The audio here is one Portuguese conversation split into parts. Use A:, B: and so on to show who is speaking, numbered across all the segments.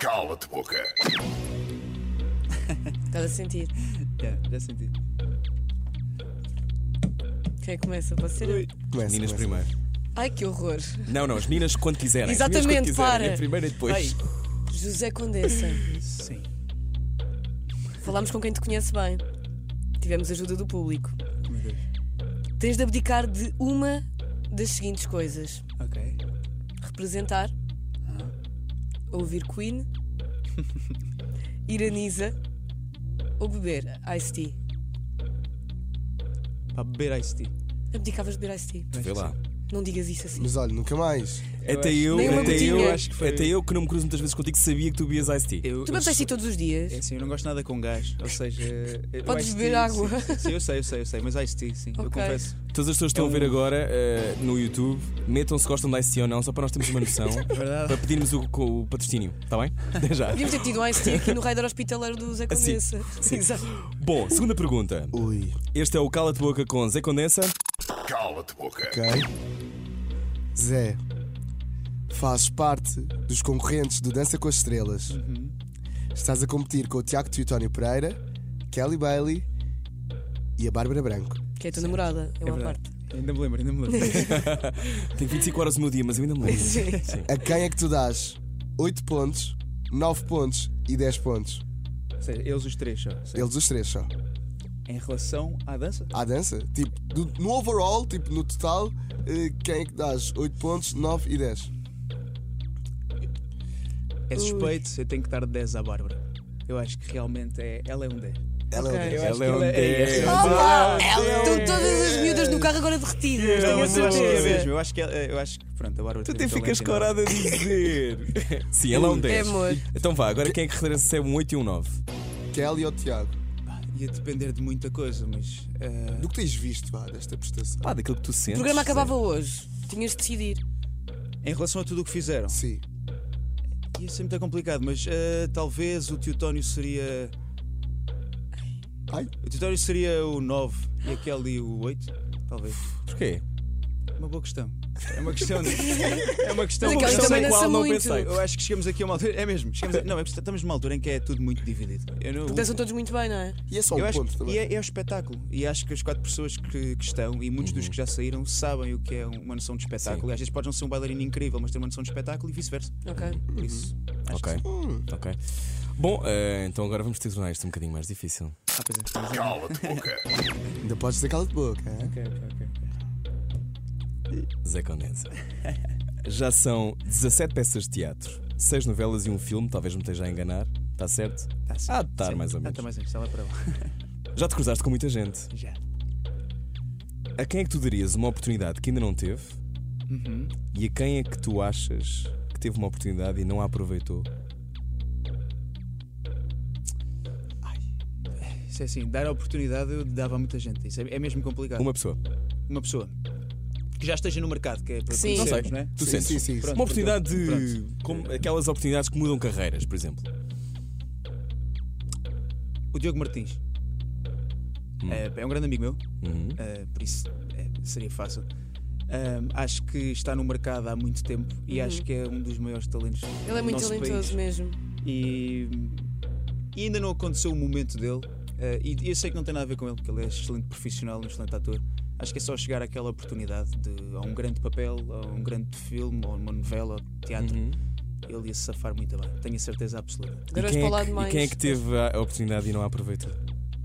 A: Cala-te boca.
B: Estás a sentir?
C: Yeah, já senti.
B: Quem é que começa? Você? não?
C: Começa,
D: Meninas
C: começa.
D: primeiro.
B: Ai que horror!
D: Não, não, as meninas quando quiserem. As meninas
B: Exatamente,
D: quando quiserem.
B: para.
D: É primeiro e depois.
B: Ai. José Condessa.
C: Sim.
B: Falámos com quem te conhece bem. Tivemos ajuda do público.
C: Meu Deus.
B: Tens de abdicar de uma das seguintes coisas:
C: Ok.
B: representar, ouvir Queen, ir a Nisa ou beber Ice Tea.
C: Para beber ice tea.
B: Abdicavas de beber Ice Tea.
D: Vê lá.
B: Não digas isso assim.
E: Mas olha, nunca mais.
D: Até eu,
B: Nem uma
D: até
B: gotinha.
D: eu,
C: Acho que foi-
D: até eu É que não me cruzo muitas vezes contigo, sabia que tu bebias Ice Tea.
C: Eu,
B: Tu
C: eu
B: bebes Ice Tea
C: sou-
B: todos os
C: É
B: dias?
C: assim, eu não gosto nada com gás. Ou seja, eh, o
B: Podes
C: iced
B: beber
C: tea,
B: água.
C: Sim, sim, sim, eu sei, eu sei, eu sei. Mas ice tea, sim. Eu
B: Ok.
C: confesso.
D: Todas as pessoas que estão a ver agora eh, no YouTube, metam se gostam de Ice Tea ou não, só para nós termos uma noção,
C: É Verdade.
D: para pedirmos o, co- o patrocínio, está bem? Até já.
B: Devíamos ter tido um Ice Tea aqui no Raider Hospitaleiro do Zé
D: Assim,
B: Condessa. Exato.
D: Bom, segunda pergunta.
E: Ui,
D: Este é o Cala-te Boca com Zé Condensa.
A: Cala-te boca.
E: ok. Zé, fazes parte dos concorrentes do Dança com as Estrelas.
C: Uhum.
E: Estás a competir com o Tiago Teutónio Pereira, Kelly Bailey e a Bárbara Branco.
B: Que é a tua namorada, é
C: É
B: uma parte.
C: verdade. Ainda me lembro, ainda me lembro.
D: Tenho 25 horas no meu dia, mas eu ainda me lembro.
B: Sim.
E: A quem é que tu dás 8 pontos, 9 pontos e 10 pontos?
C: Ou seja, eles os três só. Sim.
E: Eles os três só.
C: Em relação à dança?
E: À dança? Tipo, do- no overall, tipo, no total, eh, quem é que dás 8 pontos, 9 e 10?
C: É suspeito, eu tenho que dar 10 à Bárbara. Eu acho que realmente é. Ela é um 10.
E: Ela
B: Ok.
E: é o 10.
D: Ela é um 10.
B: Opa! Estão todas as miúdas no carro agora derretidas, tenho a
C: mas eu acho que é
B: certeza.
C: mesmo. Eu acho que, ela- eu acho que pronto, a Bárbara
D: Tu
C: tem
D: até
C: um
D: ficas
C: talento enorme.
D: corada a dizer. Então é Sim, ela é um 10.
B: amor.
D: Então vá, agora quem é que recebe um 8 e um 9?
E: Kelly ou Tiago?
C: Ia depender de muita coisa, mas. eh,
E: Do que tens visto, vá, desta prestação?
D: Pá, daquilo que tu sentes.
B: O programa acabava
D: Zé.
B: hoje. Tinhas de decidir.
C: Então, em relação a tudo o que fizeram,
E: Sim.
C: ia ser muito complicado, mas eh, talvez o Teutónio seria.
E: Ai.
C: O Teutónio seria o 9 e aquele o 8, talvez.
D: Porquê?
C: Uma boa questão. É uma questão. De... É uma questão.
B: Mas
C: uma
B: aquela
C: questão
B: também
C: na
B: dança
C: qual não
B: muito.
C: pensei. Eu acho que chegamos aqui a uma altura. É mesmo, chegamos a... não, é que estamos numa altura em que é tudo muito dividido. Eu não-
B: Porque dançam todos muito bem, não é?
E: E é só um
C: Eu acho
E: ponto
C: que
E: também.
C: e é, é o espetáculo. E acho que as quatro pessoas que, que estão e muitos
D: Uhum.
C: dos que já saíram sabem o que é uma noção de espetáculo. E às vezes podes não ser um bailarino incrível, mas ter uma noção de espetáculo e vice-versa.
B: Ok.
C: Por isso, acho
D: Ok.
C: que sim.
D: Ok. Bom, eh, então agora vamos ter que tornar isto um bocadinho mais difícil.
C: Ah, pois é. Mas é.
A: Cala-te boca.
E: Ainda podes ter cala de boca, é? hein?
C: Ok, ok, ok.
D: Zé Condensa. Já são 17 peças de teatro, 6 novelas e um filme, talvez me esteja a enganar. Está certo?
C: Tá certo.
D: Ah, de estar
C: Sim.
D: mais ou
C: Ah,
D: menos.
C: tá mais ou menos. Está lá para lá.
D: Já te cruzaste com muita gente.
C: Já.
D: A quem é que tu darias uma oportunidade que ainda não teve?
C: Uhum.
D: E a quem é que tu achas que teve uma oportunidade e não a aproveitou?
C: Isso é assim, dar a oportunidade eu dava a muita gente. Isso é, é mesmo complicado.
D: Uma pessoa.
C: uma pessoa que já esteja no mercado, que é para
B: Sim.
C: conhecermos,
D: Não sei.
C: não é?
D: Tu
E: Sim,
D: sentes?
E: sim, sim, sim.
C: Pronto,
D: Uma oportunidade de.
C: pronto.
D: como aquelas oportunidades que mudam carreiras, por exemplo.
C: O Diogo Martins
D: Hum.
C: é, é um grande amigo meu,
D: Uhum.
C: eh, por isso é, seria fácil. Ahm, acho que está no mercado há muito tempo e acho que é um dos maiores talentos.
B: Uhum. Ele é
C: do
B: muito
C: nosso
B: talentoso
C: país.
B: mesmo.
C: E, e ainda não aconteceu o momento dele. eh, e, e eu sei que não tem nada a ver com ele, porque ele é excelente profissional, um excelente ator. Acho que é só chegar àquela oportunidade de a um grande papel, a um grande filme, ou uma novela, ou teatro.
B: Uhum.
C: Ele ia se safar muito bem, tenho a certeza absoluta.
D: E
B: Agora vais para
D: quem, é
B: o lado
D: que,
B: mais.
D: e quem é que teve a a oportunidade e não a aproveitou?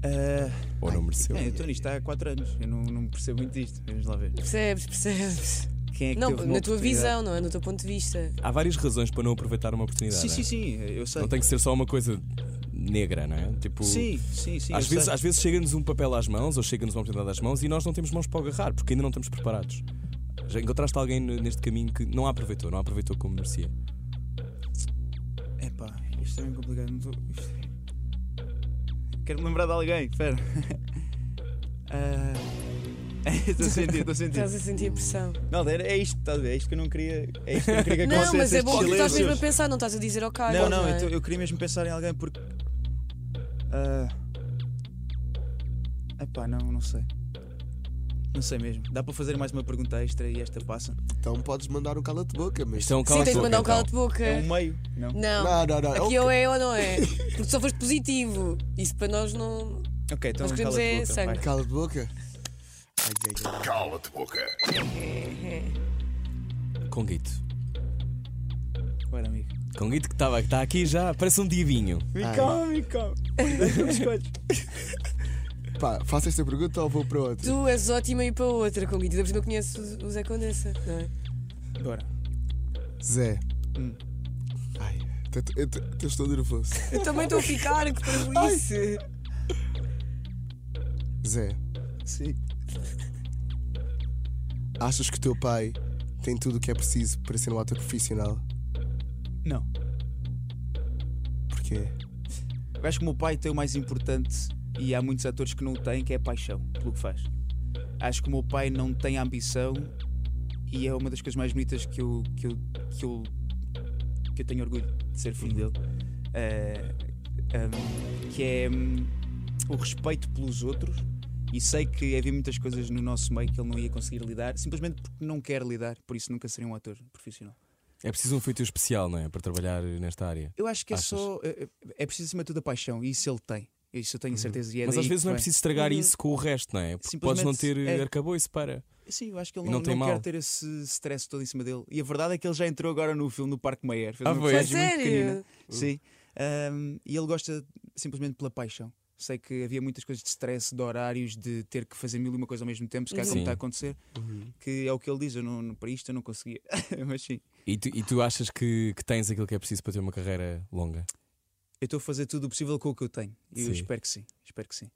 C: Ah,
D: Ou não mereceu?
C: é, eu estou nisto há 4 anos, eu não, não percebo muito disto. Vamos lá ver.
B: Percebes, percebes.
C: Quem é que
B: Não,
C: teve uma
B: na tua
C: oportunidade?
B: visão, não é? No teu ponto de vista.
D: Há várias razões para não aproveitar uma oportunidade.
C: Sim,
D: não é?
C: sim, sim, eu sei.
D: Não tem que ser só uma coisa negra, não é? Tipo.
C: Sim, sim, sim.
D: Às
C: eu
D: vezes,
C: sei.
D: às vezes chega-nos um papel às mãos ou chega-nos uma oportunidade às mãos e nós não temos mãos para o agarrar porque ainda não estamos preparados. Já encontraste alguém n- neste caminho que não a aproveitou, não a aproveitou como merecia.
C: Epá, isto é bem complicado. Não tô... Quero-me lembrar de alguém, espera. Ah, Estou a sentir, estou a sentir.
B: Estás a sentir a pressão.
C: Não, era- é isto, estás a ver? É isto que eu não queria. É isto que eu não queria que
B: Não,
C: acontecesse.
B: mas é
C: estes
B: bom que tu estás mesmo a
C: silêncios.
B: pensar, não estás a dizer ok.
C: Não, não,
B: é?
C: eu, tô- eu queria mesmo pensar em alguém porque. Ah. Epá, não, não sei. Não sei mesmo. Dá para fazer mais uma pergunta extra e esta passa.
E: Então podes mandar o cala-te-boca, mas.
D: Isto é um
B: Sim,
D: cala
B: tens de mandar um
D: então.
B: cala-te-boca.
C: É um meio, não?
B: Não.
E: Não, não, não.
B: Aqui
E: é um-
B: ou é ou não é. Porque só foste positivo. Isso para nós não.
C: Ok, então
B: Nós queremos
C: cala-te
B: é
C: boca,
B: sangue.
C: vai.
E: Cala-te-boca. Ai, ai, ai.
A: Cala-te boca.
D: Com Guito.
C: Bora, amigo.
D: Com Guito que está aqui já, parece um diabinho.
E: Ai.
C: Micão, Micão.
E: Pá, faço esta pergunta ou vou para outra?
B: Tu és ótima e para outra, com Guido. Depois não conheço o Zé Condessa, não é?
C: Bora.
E: Zé.
C: Hum.
E: Ai, eu tô- eu tô- eu estou nervoso.
B: Eu também estou a ficar, que para isso.
E: Zé,
C: Sim.
E: achas que o teu pai tem tudo o que é preciso para ser um ator profissional?
C: Não.
E: Porquê?
C: Eu acho que o meu pai tem o mais importante e há muitos atores que não o têm, que é a paixão pelo que faz. Acho que o meu pai não tem ambição e é uma das coisas mais bonitas que eu, que eu, que eu, que eu tenho orgulho de ser filho dele. Eh, ehm, que é hum, o respeito pelos outros e sei que havia muitas coisas no nosso meio que ele não ia conseguir lidar, simplesmente porque não quer lidar, por isso nunca seria um ator profissional.
D: É preciso um feito especial, não é? Para trabalhar nesta área.
C: Eu acho que é
D: Achas?
C: só. É, é preciso acima de tudo a paixão, e isso ele tem. Isso eu tenho certeza. E é
D: Mas às
C: daí
D: vezes
C: que
D: não
C: vem.
D: é
C: Uhum.
D: preciso estragar isso com o resto, não é? Porque podes não ter
C: Simplesmente é.
D: arcabouço para.
C: Sim, eu acho que ele
D: E
C: não,
D: não tem
C: não quer
D: mal.
C: ter esse stress todo em cima dele. E a verdade é que ele já entrou agora no filme no Parque Meyer. Fez
D: Ah, Hum.
C: uma
D: foi?
B: A
C: personagem muito pequenina.
B: sério?
C: Sim. Ahm, e ele gosta simplesmente pela paixão. Sei que havia muitas coisas de stress, de horários, de ter que fazer mil e uma coisa ao mesmo tempo, se calhar como
D: Uhum. Sim. Uhum.
C: está a acontecer, que é o que ele diz. Eu não, não- para isto eu não conseguia. Mas sim,
D: E tu, e tu achas que, que tens aquilo que é preciso para ter uma carreira longa?
C: eu estou a fazer tudo o possível com o que eu tenho. E eu
D: Sim.
C: espero que sim. Espero que sim.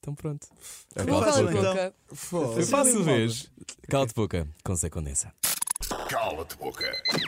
D: Então pronto.
B: Com
C: Cala-te
B: cala
C: boca.
B: boca.
E: Foda.
C: Fazemos
D: Foi então. É fácil
C: uma
D: vez. Cala-te boca, com Zé Condensa.
A: Cala-te boca.